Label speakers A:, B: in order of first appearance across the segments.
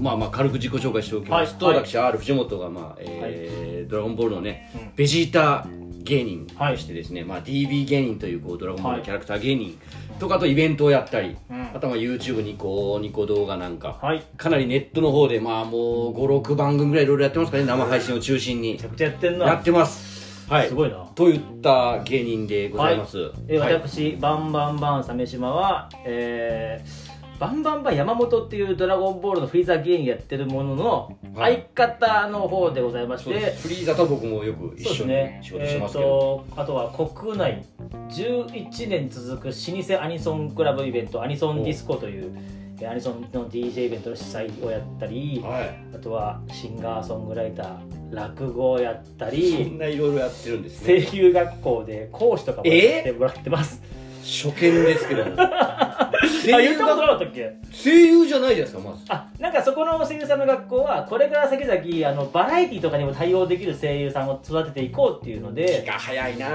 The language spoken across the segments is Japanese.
A: まあまあ軽く自己紹介しておきますと、
B: はい
A: 私 R 藤本が、まあえードラゴンボールのね、ベジータ芸人としてですね、まあ、DB 芸人というこうドラゴンボールのキャラクター芸人とかとイベントをやったり、
B: うん
A: あとはまあ YouTube にこうニコ動画なんか、
B: はい
A: かなりネットの方でまあもう56番組ぐらいいろいろやってますからね生配信を中心に
B: めちゃくちゃやってんな
A: やってますはい
B: すごいな
A: といった芸人でございます、
B: えー
A: はい
B: 私、バンバンバン鮫島は、えーバンバンバン山本っていうドラゴンボールのフリーザー芸人やってるものの
A: はい
B: 相方の方でございまし
A: そうで
B: て
A: すフリーザと僕もよく一
B: そ
A: 緒
B: うです
A: に
B: ね
A: 仕事して
B: え
A: ま
B: ー
A: すけど、
B: とあとは国内11年続く老舗アニソンクラブイベントアニソンディスコというえーアニソンの DJ イベントの主催をやったり
A: はい
B: あとはシンガーソングライター落語をやった
A: そ
B: り
A: んないろいろやってるんですね
B: 声優学校で講師とかもやってもらってます、
A: 初見ですけども声
B: あ言っ
A: 優
B: たことな
A: が
B: かったっけ
A: 声優じゃないじゃないですかまず
B: あなんかそこの声優さんの学校はこれから先々あのバラエティとかにも対応できる声優さんを育てていこうっていうの
A: 気
B: で
A: が早いな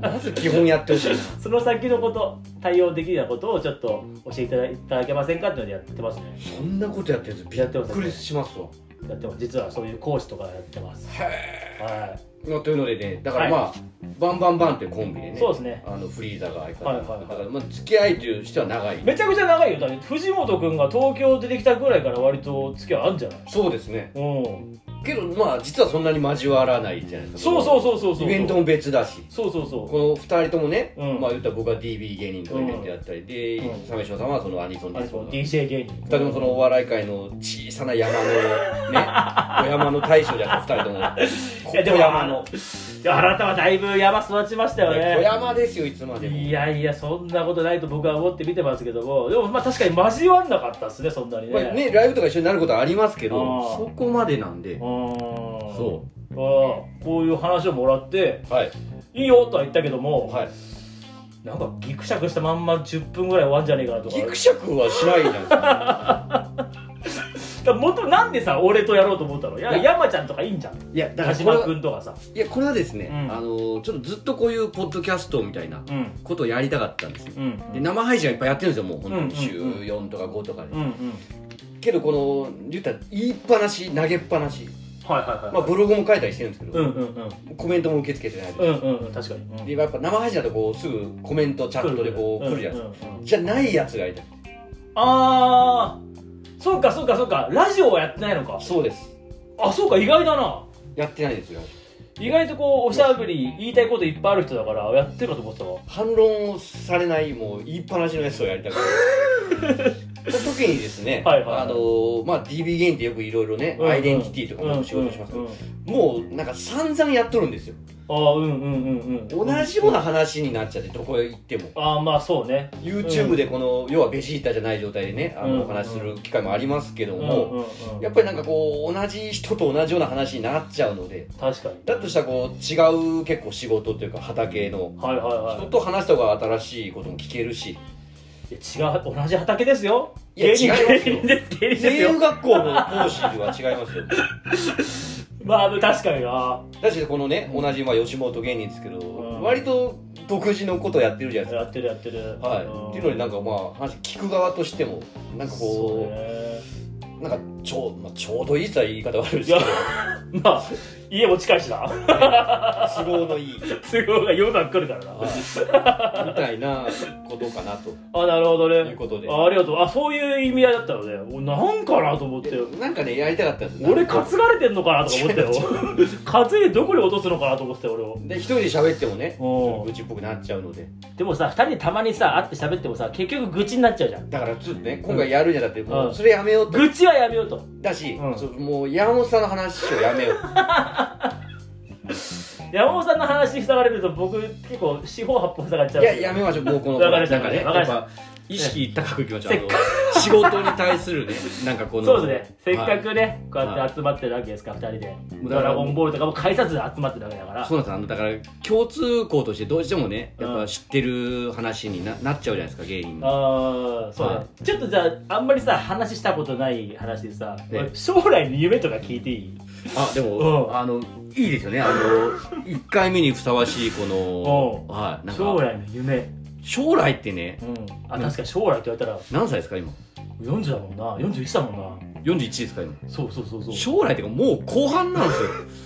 A: まず基本やってほ しいな
B: その先のこと対応できるようなことをちょっと教えていただいただけませんかっていうのでやってますね
A: そんなことやってるんですよ
B: やって
A: びっ
B: ます
A: くりしますわ
B: やってます実はそういう講師とかやってますは
A: まあというのでねだからまあ、バンバンバンっていうコンビでね
B: そうですね
A: あのフリーザが相方、
B: はいはいはい
A: だからまあ付き合いというしては長い
B: いめちゃくちゃ長いよだって藤本君が東京出てきたぐらいから割と付き合いあるんじゃない
A: そうですね
B: うん
A: けどまあ実はそんなに交わらないじゃないですか
B: そうそう
A: う
B: そうそうそう
A: イベントも別だし
B: そうそうそ
A: この2人ともね、
B: うん
A: まあ言ったら僕は DB 芸人とかイベントやったりで、
B: うん
A: 鮫島さんはそのアニソン
B: う
A: デ
B: あ
A: ィスコ
B: の
A: の
B: DJ 芸人
A: 二人ともそのお笑い界の小さな山の ねお山の大将じゃん二人とも
B: いやでも
A: 小山の
B: いやあなたはだいぶ山育ちましたよ
A: いや小
B: ね
A: 山ですよいつまでも
B: いやいやそんなことないと僕は思って見てますけどもでもまあ確かに交わんなかったですねそんなに
A: ま
B: ね,、
A: あねライブとか一緒になることはありますけど
B: あー
A: そこまでなんで
B: うーん
A: そ
B: あーこういう話をもらって
A: うはい
B: いいよとは言ったけども、
A: はい
B: なんかギクシャクしたまんま10分ぐらい終わんじゃねえかなとか
A: ギクシャクはしないじゃないですか
B: だからもっとなんでさ俺とやろうと思ったのいや
A: いや
B: 山ちゃんとかいいんじゃん
A: いやだから
B: 田
A: これ
B: 島
A: は
B: 君とかさ
A: いやこれはですね、
B: うん
A: あのーちょっとずっとこういうポッドキャストみたいな
B: うん
A: ことをやりたかったんですよ
B: うん
A: で生配信はいっぱいやってるんですよもう本当に週
B: うんうんうん
A: 4とか5とかで、
B: うんうん
A: けどこの言ったら言いっぱなし投げっぱなし、
B: はいはいはい、
A: まあ、ブログも書いたりしてるんですけど、
B: うんうんうん
A: コメントも受け付けてないで,、
B: うんうんうん確かに、うん、
A: でやっぱ生配信だとこうすぐコメントチャットでこう来るじゃないですか、
B: うんうんうん
A: じゃないやつがいた
B: あーそうかそうかそうかラジオはやってないのか
A: そうです
B: あそうか意外だな
A: やってないですよ
B: 意外とこうおしゃべり言いたいこといっぱいある人だからやってるかと思ってたわ
A: 反論をされないもう言いっぱなしのやつをやりたくて その時にですね、
B: はいはい
A: あのーまあ、DB ゲインってよくいろいろね、
B: うんうん
A: アイデンティティとかも仕事しますけど、
B: うんうんうん
A: もうなんか散々やっとるんですよ
B: ああうんうんうんう
A: 同
B: ん
A: じような話になっちゃってどこへ行っても
B: ああまあそうね
A: YouTube でこの、要はベジータじゃない状態でねあ
B: うんうん
A: のお話しする機会もありますけど
B: うん
A: も、
B: うんうん
A: やっぱりなんかこう同じ人と同じような話になっちゃうので
B: 確かに
A: だとしたらこう違う結構仕事というか畑の
B: はいはい
A: 人
B: は
A: と話した方が新しいことも聞けるし
B: いいや違う同じ畑ですよ
A: いや
B: 芸人
A: 違いますよ
B: 芸人です芸人です
A: 声優
B: よ
A: 学校の講師は違いますよ
B: まあ確かにな
A: だしこのね同じまあ吉本芸人ですけど、
B: ん
A: 割と独自のことやってるじゃないです
B: やってるやってる
A: か、はい
B: うん
A: っていうのになんかまあ話聞く側としてもなんか
B: そう
A: こ
B: ね
A: うなんかちょう、まあ、ちょうどいいとは言い方悪いですけ
B: いや
A: ど
B: まあ家も近いしな
A: 都合のいい
B: すごい夜が来るからな
A: はいみたいなことかなと
B: あなるほどね
A: いうことで
B: あありがとうあそういう意味合いだったのねおなんかなと思ってよ
A: でなんかねやりたかったんですよ
B: 俺担がれてんのかなとか思ってよ担いでどこに落とすのかなと思ってたよ俺を
A: で一人で喋ってもね
B: うん
A: 愚痴っぽくなっちゃうので
B: でもさ2人でたまにさ会って喋ってもさ結局愚痴になっちゃうじゃん
A: だからちょっとね今回やるんじゃなくても
B: う
A: うんそれやめようと
B: 愚痴はやめようと
A: だし、
B: うん
A: そうもう山本さんの話をやめよう
B: 山本さんの話に塞がれると僕結構四方八方塞がっちゃう
A: いややめましょうもうこの
B: わかりました
A: なんかね
B: わか
A: や
B: りま
A: っ
B: した
A: ぱ意識高くいきましょう
B: せっか
A: あの仕事に対するねなんかこの
B: そうですねせっか
A: は
B: くねこうや
A: は
B: っ
A: い
B: て集まってるわけですから2人で
A: 無駄な
B: ドラゴンボールとかも返さず集まってるわけだから
A: いそうなんですあのだから共通項としてどうしてもねやっ
B: う
A: ぱ
B: ん
A: 知ってる話にななっちゃうじゃないですか芸人の
B: あーそうね、
A: は
B: ちょっとじゃああんまりさ話したことない話でさ、
A: ね
B: 将来の夢とか聞いていい
A: あで
B: う
A: も
B: ん
A: あのいいですよねあの1回目にふさわしいこのはいなん
B: 将
A: か
B: 来の夢
A: 将来ってね
B: うんあ確かに将来って言われたら
A: 何歳ですか今
B: 40だもんな41だもんな
A: 41ですか今
B: そうそうそうそう
A: 将来っていうかもう後半なんです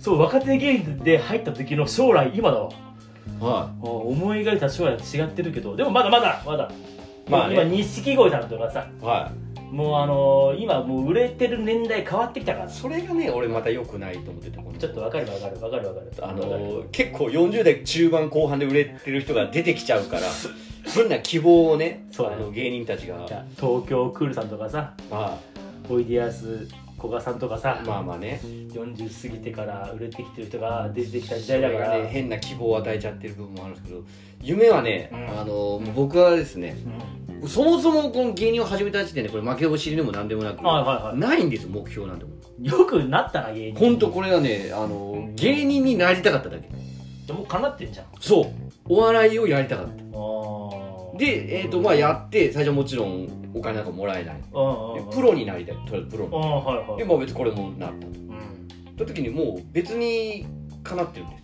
B: そう若手芸人で入った時の将来今だわ
A: よは
B: あー思い描いた将来と違ってるけどでもまだまだまだ、
A: まあね
B: 今錦鯉さんとかさ
A: いは
B: もうあのー今もう売れてる年代変わってきたから
A: いそれがね俺また良くないと思っててこの
B: ちょっとわかるわかるわかるわかる
A: あ
B: わかる
A: の結構40代中盤後半で売れてる人が出てきちゃう から変な希望をね
B: そうだ
A: あ
B: ね
A: の芸人たちが、
B: じゃあ東京クールさんとかさ
A: ま
B: おいでやす古賀さんとかさ
A: あ、、まあまあね
B: 40過ぎてから売れてきてる人が出てきた時
A: そ
B: 代だ
A: れ
B: か
A: が
B: ら、
A: ね変な希望を与えちゃってる部分もあるんですけど夢はね、
B: うん
A: あのもう僕はですね
B: うん
A: そもそもこの芸人を始めた時点でこれ負け惜しみでも何でもなく、
B: はいはいは
A: ないんですよ目標なんても
B: いよくなったな芸人
A: 本当これはねあの芸人になりたかっただけ
B: でもう叶ってんじゃん
A: そうお笑いをやりたかった
B: あ
A: で、えーとまあ、やって最初はもちろんお金なんかもらえないで
B: あ
A: プロになりたいとりあえずプロ
B: ああ
A: に
B: はいはい
A: でまあ別にこれもなったと
B: うん
A: その時にもう別にかなってるんです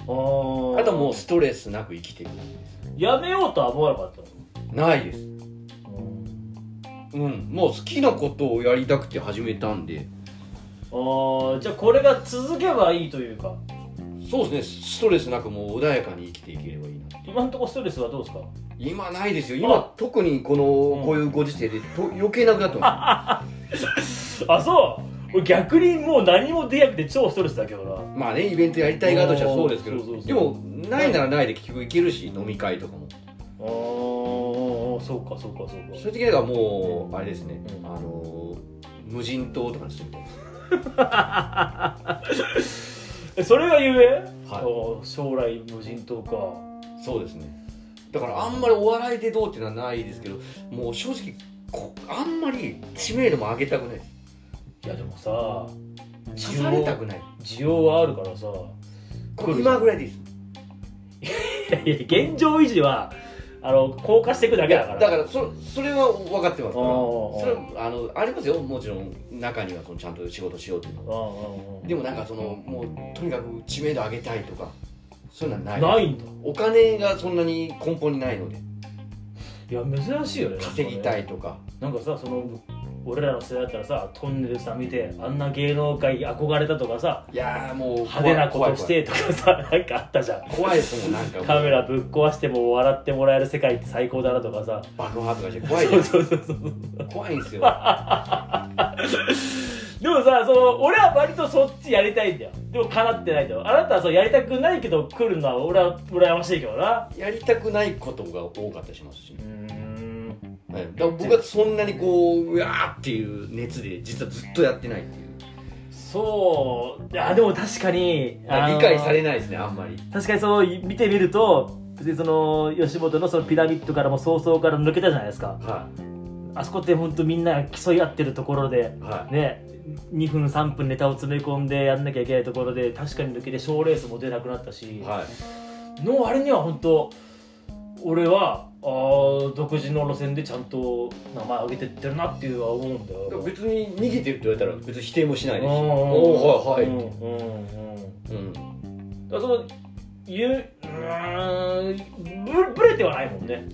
B: あ
A: あとはもうストレスなく生きてる
B: うやめようとは思わなかったの
A: ないですうんもう好きなことをやりたくて始めたんで
B: ああじゃあこれが続けばいいというか
A: そうですねストレスなくもう穏やかに生きていければいいな
B: 今のところストレスはどうですか
A: 今ないですよ
B: あ
A: 今特にこの
B: うん
A: こういうご時世でと余計なくなってま
B: あそう俺逆にもう何も出なくて超ストレスだけどな
A: すまあねイベントやりたい側としてはそうですけ
B: そうそうそ
A: ど
B: う
A: でもないならないで結局いけるし飲み会とかも
B: あーそうかそうかそう
A: そういう時だからもうあれですね
B: うん
A: あのー無人島とかに住みたい
B: か それがゆえ、
A: はい
B: あー将来無人島か
A: そうですねだからあんまりお笑いでどうっていうのはないですけどもう正直こあんまり知名度も上げたくない
B: いやでもさ
A: 刺されたくない
B: 需要はあるからさ
A: これ今ぐらいでいいです
B: いやいや現状維持はあの硬化していくだけだから
A: だからそそれは分かってますから
B: ああ
A: それはあのありますよもちろん中にはそのちゃんと仕事しようっていうのはでもなんかそのもうとにかく知名度上げたいとかそういうのはない
B: ないんだ
A: お金がそんなに根本にないので
B: いや珍しいよね
A: 稼ぎたいとか
B: なんかさその俺らの世代だったらさトンネルさん見てあんな芸能界憧れたとかさ
A: いやーもう
B: 派手なことし
A: 怖い
B: てとかさなんかあったじゃん
A: 怖い怖いですもんなん かもう
B: カメラぶっ壊しても笑ってもらえる世界って最高だなとかさ
A: 爆破とかして怖い
B: そ
A: で
B: う
A: す
B: そうそうそう
A: 怖いんですよ
B: でもさその俺は割とそっちやりたいんだよでも叶ってないんだよあなたはそうやりたくないけど来るのは俺は羨ましいけどな
A: やりたくないことが多かったりしますし、
B: うん
A: はい、だから僕はそんなにこううわーっていう熱で実はずっとやってないっていう
B: そういやでも確かに
A: 理
B: あの
A: 解されないですねあんまり
B: 確かにそう見てみると別にその吉本のそのピラミッドからも早々から抜けたじゃないですか
A: は
B: あそこって本当みんなが競い合ってるところで
A: いはい
B: ね2分3分ネタを詰め込んでやんなきゃいけないところで確かに抜けて賞ーレースも出なくなったし、
A: はい
B: の割には本当俺はあー独自の路線でちゃんと名前上げてってるなっていうは思うんだよ
A: だから別に逃げてるって言われたら別に否定もしないですし
B: うん
A: おーはいはい
B: うんうんうん
A: うん
B: だからそのゆうーんぶぶれてはないもんね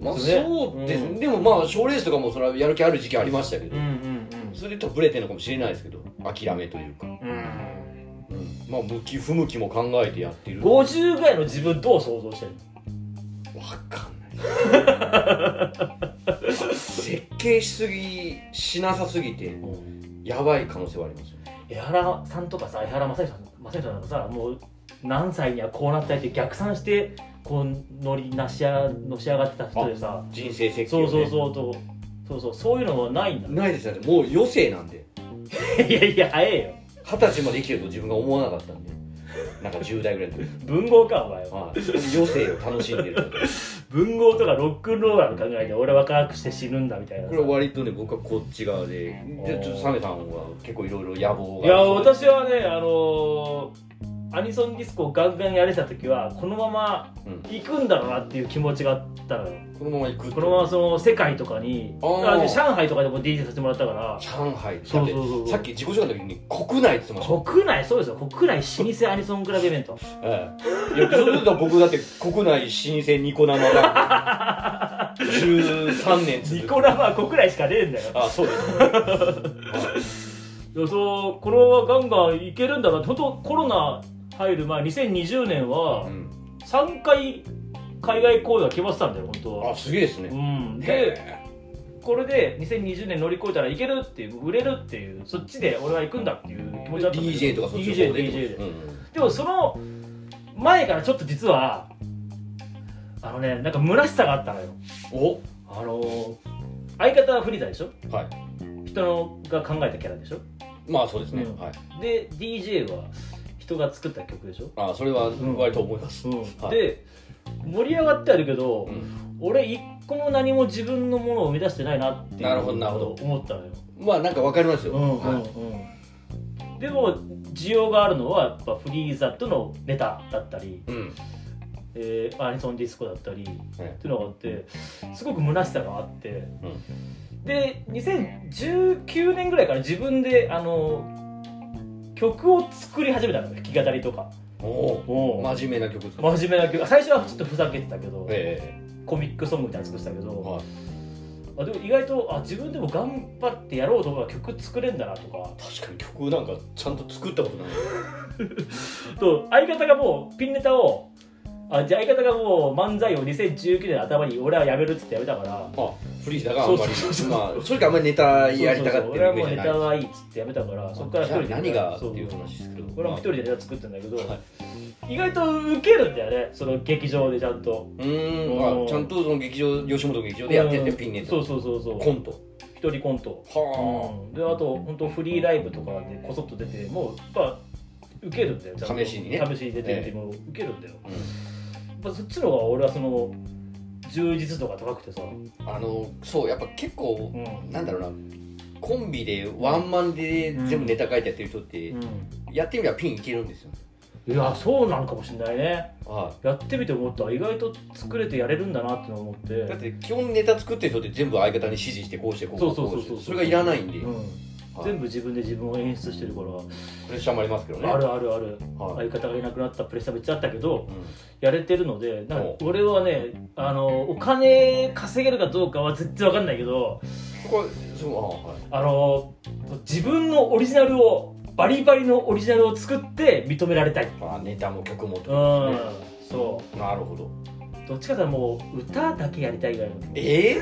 A: まあ
B: そうね
A: そうですね、
B: うん
A: でもまあ賞ーレースとかもそれはやる気ある時期ありましたけど、
B: んうん
A: それでちょっとブレてるのかもしれないですけど諦めというか、
B: うんうん
A: うんまあ向き不向きも考えてやってるわ
B: 50ぐらいの自分どう想像してる
A: かんない設計しすぎしなさすぎて
B: の、
A: やばい可能性はありますよ
B: 江原さんとかさ江原正人さん正人なんかさもう何歳にはこうなったいって逆算してこう乗りなしやのし上がってた人でさ
A: 人生設計、
B: そ
A: ね、
B: うそうそうとそうそうそういうのはないんだ
A: ないですよねもう余生なんで
B: いやいや早えよ
A: 二十歳まで生きてると自分が思わなかったんでなんか10代ぐらいの時
B: 文豪かお前は
A: はい余生を楽しんでる
B: 文豪とかロックンローラーの考えで俺は若くして死ぬんだみたいな
A: こ
B: さ
A: れ割とね僕はこっち側ででちょっとサメさんは結構いろいろ野望
B: い
A: が
B: や私はねあのーアニソンディスコをガンガンやれてた時はこのまま
A: うん
B: 行くんだろうなっていう気持ちがあったのよ
A: このまま行く
B: このままその世界とかに
A: あー
B: あで上海とかでも DJ させてもらったから
A: 上海
B: そ
A: だ
B: う
A: って
B: そうそう
A: さっき自己紹介の時に国内って言ってましたもん
B: 国内そうですよ国内老舗アニソンクラブイベント
A: ええいやそうすると僕だって国内新鮮ニコ生が
C: 13年
B: ニ
C: 続く
B: コ生は5くらいしか出るんだよ
C: あそうです
B: いやそうこれはガンガンいけるんだな本当コロナ入る前2020年は
A: うん
B: 3回海外公演が決まってたんだよ本当は
A: あすげえです
B: う
A: ね
B: んで
C: へ
B: これで2020年乗り越えたらいけるっていう売れるっていうそっちで俺は行くんだっていう気持ちだったんだけ
A: DJ と
B: ど
A: かそっち
B: DJ
A: の方で
B: DJ
A: う
B: で
A: んうん
B: でもその前からちょっと実はあのねなんか虚しさがあったのよ
A: お
B: あのー相方はフリーザでしょ
A: はい
B: 人のが考えたキャラでしょ
A: まあそうですね
B: うん
A: はい
B: で DJ は人が作った曲でしょ、
A: あそれは割と思いますはい
B: で盛り上がってあるけど、
A: うん
B: 俺一個も何も自分のものを生み出してないなっていう
A: なるほどなるほど
B: 思ったのよ、
A: まあなんかわかりますよ
B: うんうん
A: はい
B: うん、でも需要があるのはやっぱフリーザとのネタだったり、
A: うん
B: えーアニソンディスコだったり、っていうのがあってすごく虚しさがあって、で2019年ぐらいから自分であの曲を作り始めたのよ弾き語りとか
A: おお
B: もう
A: 真面目な曲作って
B: 真面目な曲最初はちょっとふざけてたけど、
A: え
B: コミックソングみたいなの作ってたけ
A: え
B: ど、
A: はい
B: あでも意外とあ自分でも頑張ってやろうとか曲作れんだなとか
A: 確かに曲なんかちゃんと作った ことない
B: と相方がもうピンネタをあじゃあ相方がもう漫才を2019年の頭に俺はやめるっつってやめたから
A: あフリーザがあんまり
B: そうそうそう
A: まあそれかあんまりネタやりたが
B: そうそうそう
A: って
B: 俺
A: る
B: は
A: わけ
B: もう
A: じゃ
B: ネ
A: な
B: タ
A: い
B: はいいっつってやめたからそこから一
A: じゃあ
B: 人で
A: 何がっていう
B: そう
A: 話ですけど
B: 俺も一人でネタ作ってんだけど、
A: は
B: 意外とウケるんだよねその劇場でちゃんと
A: うーんあちゃんとその劇場吉本劇場でやってて
B: うん
A: ピンネタ
B: そうそうそうそう
A: コント
B: 一人コント
A: は
B: うんであと本当フリーライブとかでこそっと出てもうやっぱウケるんだよちゃんと
A: 試しにね
B: 試しに出てるってもうウケるんだよ、
A: うん
B: まあ、そっちの方が俺はその充実度が高くてさ、う
A: ああのそうやっぱ結構
B: ん
A: なんだろうなコンビでワンマンで全部ネタ書いてやってる人ってやってみればピンいけるんですよ
B: いやそうなのかもしれないね
A: は
B: やってみて思った意外と作れてやれるんだなってのを思って
A: いだって基本ネタ作ってる人って全部相方に指示してこうしてこうこう
B: そうそう
A: こ
B: そうう
A: し
B: そう
A: てそれがいらないんで
B: うん
A: はい
B: 全部自分で自分を演出してるから、
A: プレッシャーもありますけどね
B: あるあるある
A: は
B: 相方がいなくなったプレッシャーめっちゃあったけど
A: いうん
B: やれてるのでなんか俺はねあのお金稼げるかどうかは全然わかんないけど
A: そこはそうあはい
B: あの自分のオリジナルをバリバリのオリジナルを作って認められたいうん
A: まあネタも曲もってことですね
B: そ
A: なるほど
B: うどっちかというともう歌だけやりたいぐらいの
A: え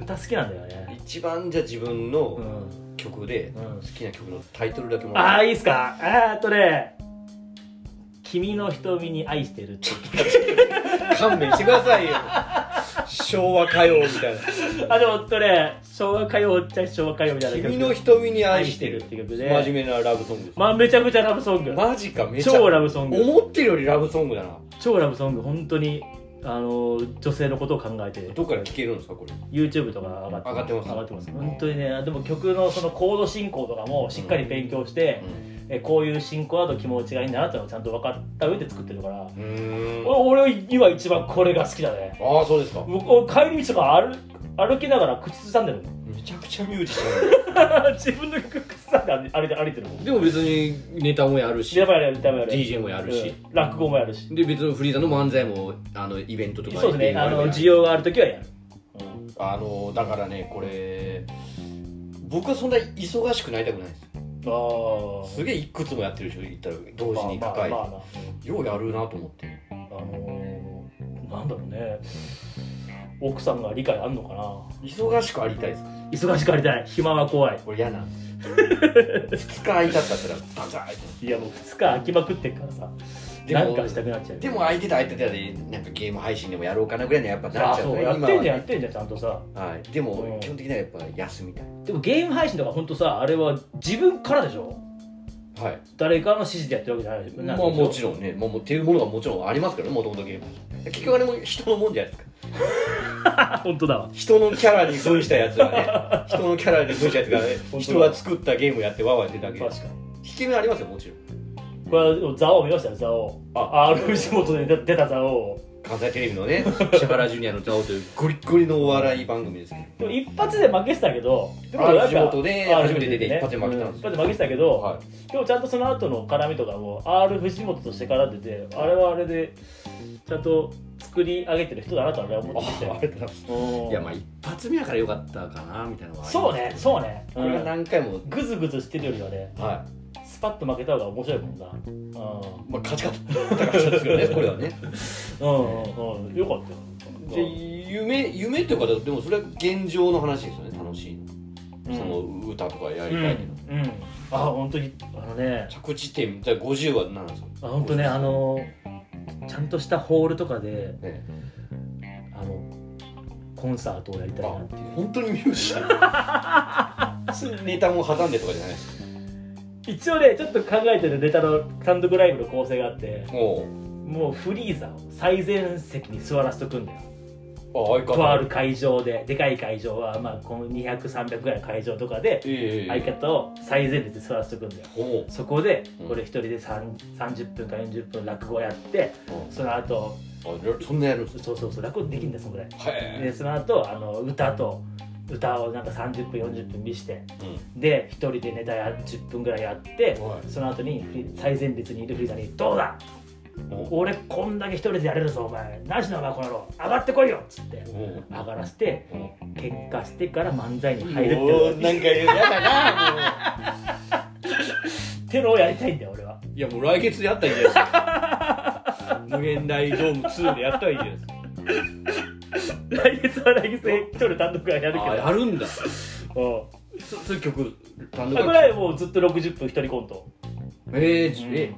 B: 歌好きなんだよね
A: 一番じゃあ自分
B: う
A: の
B: ん、
A: 曲で
B: うん
A: 好、きな曲のタイトルだけも
B: あ
A: ら
B: あ
A: う
B: いいっすかえーっとね「君の瞳に愛してる」って
A: 勘弁してくださいよ昭和歌謡みたいな
B: あでもとね昭和歌謡っちゃ昭和歌謡みたいな曲
A: 君の瞳に愛
B: 愛
A: し
B: してて
A: る
B: る
A: っ
B: ってて
A: い
B: いうう曲で
A: 真面目なラブソングです
B: まあめちゃくちゃラブソング
A: マジかめちゃ
B: 超ラブソング
A: 思ってるよりラブソングだな
B: 超ラブソング本当にあの女性のことを考えて
A: どっから聴けるんですかこれ
B: YouTube とか上がって
A: 上
B: 上
A: が
B: が
A: っ
B: ってて
A: ま
B: ますす本当にねでも曲のそのコード進行とかもしっかり勉強して、えこういう進行だと気持ちがいいんだなってのをちゃんと分かった上で作ってるから、
A: うんーん
B: 俺俺には一番これが好きだね
A: ああそうですか
B: 僕俺帰り道とか歩歩きながら口ずさんでるの
A: めちゃくちゃミュージシャ
B: 自分の曲口ずさんで歩いて歩いてるもん
A: ンでも別にネタもやるし
B: やばいやばいやばいやばい
A: DJ もやるし、
B: うん落語もやるし
A: で別のフリーザの漫才もあのイベントとか
B: そうですねあの需
A: 自由
B: 要がある時はやる、
A: あのだからねこれ僕はそんな忙しくなりたくないです
B: ああ
A: すげえいくつもやってる人いたら同時に
B: まあ
A: 抱え
B: まあ
A: て
B: ま
A: ようやるなと思って
B: ああのーなんだろうね奥さんが理解あんのかな
A: 忙しくありたいです
B: 忙しくありたい暇は怖い
A: これ嫌な二日空いたったったらバザーイ
B: いやもう2日空きまくってっからさ
A: でも
B: 何かしたくなっちゃう
A: でも空いてた空いてたでなんかゲーム配信でもやろうかなぐらいにはやっぱな
B: あ
A: っちゃう
B: そう
A: ね
B: やってん
A: 今は
B: じゃん
A: ね
B: やってんじゃんちゃんとさ
A: はい、でも
B: うん
A: 基本的にはやっぱ休みたい
B: でもゲーム配信とか本当さあれは自分からでしょ
A: はい
B: 誰かの指示でやってるわけじゃないでしょ
A: まあもち
B: ろん
A: ろんね、まあ、もうっていうものがもちろんありますからねもともとゲーム 結局あれも人のもんじゃないですか
B: あ 本当だわ
A: 人のキャラに扮したやつ がね人のキャラに扮したやつがね
B: 本当だ
A: 人が作ったゲームやってわーわー言ってるだ
B: 確かに
A: け引き目ありますよもちろん
B: これはザオ見ましたよザオ
A: あ
B: R 仕事で出たザオ
A: 関西テレビ のね石原ジュニアのザオというゴリッゴリのお笑い番組ですけど
B: でも一発で負けてたけどでも
A: R
B: なんか
A: 仕事で
B: R
A: 初めて出て一発で負けたんです
B: 一
A: よ
B: 発で負けてたけど
A: は
B: でもちゃんとその後の絡みとかも R 藤本として絡んでてあれはあれでちゃんと作り上げてる人だなとは俺は思ってき
A: あありがとうございますいやまあ一発目だからよかったかなみたいなのはあります
B: そうねそうね、
A: これが何回も、
B: グズグズしてるよりはね
A: は
B: スパッと負けた方が面白いもんなう
A: いまあ勝ち方だからですけどねこれはね
B: んうんうんよかったよ
A: で夢夢っていうかでもそれは現状の話ですよね楽しいの、その歌とかやり
B: うん、
A: たいけど、
B: うんあ本当にあのね
A: 着地点じゃあ50は何なんですか
B: あ本当ねあのちゃんとしたホールとかで
A: ね
B: あのコンサートをやりたいなっていう
A: 本当にミュージシャンすネタも挟んでとかじゃないです
B: 一応ねちょっと考えてるネタの単独ライブの構成があって
A: も
B: もうフリーザを最前席に座らせとくんだよ
A: うあ相方
B: とある会場ででかい会場は、まあ、この200300ぐらいの会場とかで
A: ええ
B: 相方を最前列で座らせとくんだよ
A: ほう
B: そこで
A: うん
B: 俺一人で3 30分か40分落語やってその後
A: あそんなやるんです
B: そうそうそう落語できるんだよそのぐらい
A: かへ
B: でその後あの歌と歌をなんか30分40分見して
A: え、うん
B: で一人でネタや10分ぐらいやって
A: はい
B: その後にフリ最前列にいるフリーザに「どうだ
A: お
B: 俺こんだけ一人でやれるぞお前何しなお前この野郎上がってこいよ」っつって
A: お
B: 上がらせて
A: お
B: 結果してから漫才に入るって
A: お
B: いう
A: なんか嫌だなも
B: テロをやりたいんだよ俺は
A: ういやもう来月でやったらいいじゃない ですか無限大ドーム2でやったらいいじゃないですか
B: 来月は来月で一人単独がやるけど
A: あやるんだ
B: うん
A: そそういう曲単
B: あ
A: 独
B: ぐらいもうずっと60分一人コント
A: えーじえ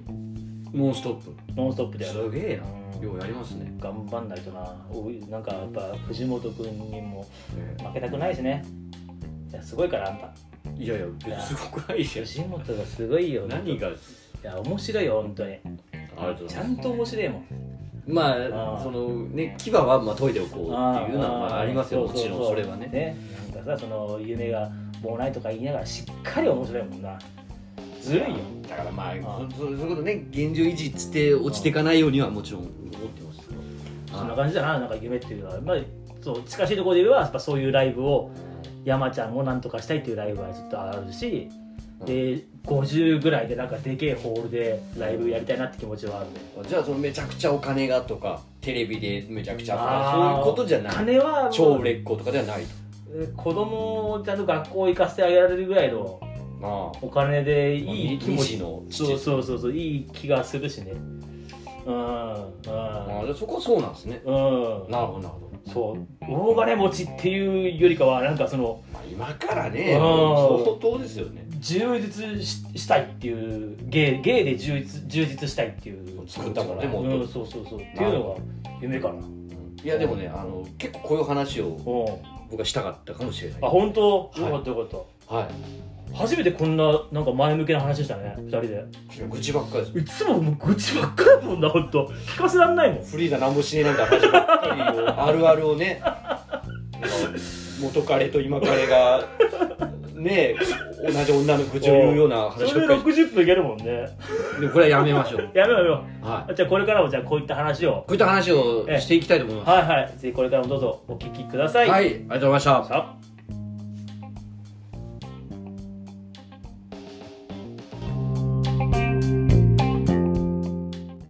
A: ノンストップ
B: ノンストップでやる
A: すげえ
B: うん
A: なようやりますね
B: 頑張んないとなおいなんかやっぱ藤本君にも
A: え
B: 負けたくないしねいやすごいからあんた
A: えいやいや別にすごくないじゃん
B: 藤本がすごいよ
A: 何が
B: いや面白いよ本当に
A: あれ
B: ちゃんと面白いもん
A: ま
B: あ
A: あ
B: ー
A: そのね牙はまあ研いでおこうっていうのはまあありますよ
B: ー
A: もちろんそれは
B: うう
A: ね
B: ねなんかさその夢がもうないとか言いながらしっかり面白いもんなずるいよ
A: だからまあ
B: ー
A: そそそういうことね現状維持っつって落ちていかないようにはもちろん思ってますけど
B: そんな
A: あ
B: 感じだななんか夢っていうのは、まあ、そう近しいところで言えばやっぱそういうライブを山ちゃんもなんとかしたいっていうライブはずっとあるしで50ぐらいでなんかでけえホールでライブやりたいなって気持ちはあるね
A: じゃあそのめちゃくちゃお金がとかテレビでめちゃくちゃとか
B: あー
A: そういうことじゃない
B: 金はもう
A: 超売れっ子とかではないと
B: 子供をちゃんと学校行かせてあげられるぐらいの
A: ああ
B: お金でいい
A: 二
B: 気持
A: 児
B: ち
A: の父
B: そうそうそうそういい気がするしねうんうん
A: ああじゃあそこはそうなんですね
B: うん
A: なるほどなるほど
B: そう大金持ちっていうよりかはなんかその
A: まあ今からね
B: あー
A: 相当ですよね
B: 充実ししたいっていう芸芸で充実充実したいっていう
A: 作ったもんねもっと
B: うん、そうそうそうっていうのが夢かなうん
A: いやでもねあの結構こういう話を僕はしたかったかもしれない
B: あ本当
A: はい
B: よかったよかった、
A: は
B: 初めてこんななんか前向きな話したね二人で
A: い愚痴ばっかりです
B: いつももう愚痴ばっかりだもんな本当聞かせらんないもん
A: フリーダなんもしねえなんて話ばっかりをあるあるをねなんか 元彼と今彼 がね同じ女の愚痴を言うような話
B: そ
A: ば
B: れ
A: っ
B: で
A: かり
B: 60分いけるもんね
A: でもこれはやめましょう
B: やめようやめよ
A: はいこ
B: うじゃあこれからもじゃあこういった話を
A: ういった話をしていきたいと思います
B: はいはいぜひこれからもどうぞお聞きください、、
A: はいいありがとうございました
B: さあ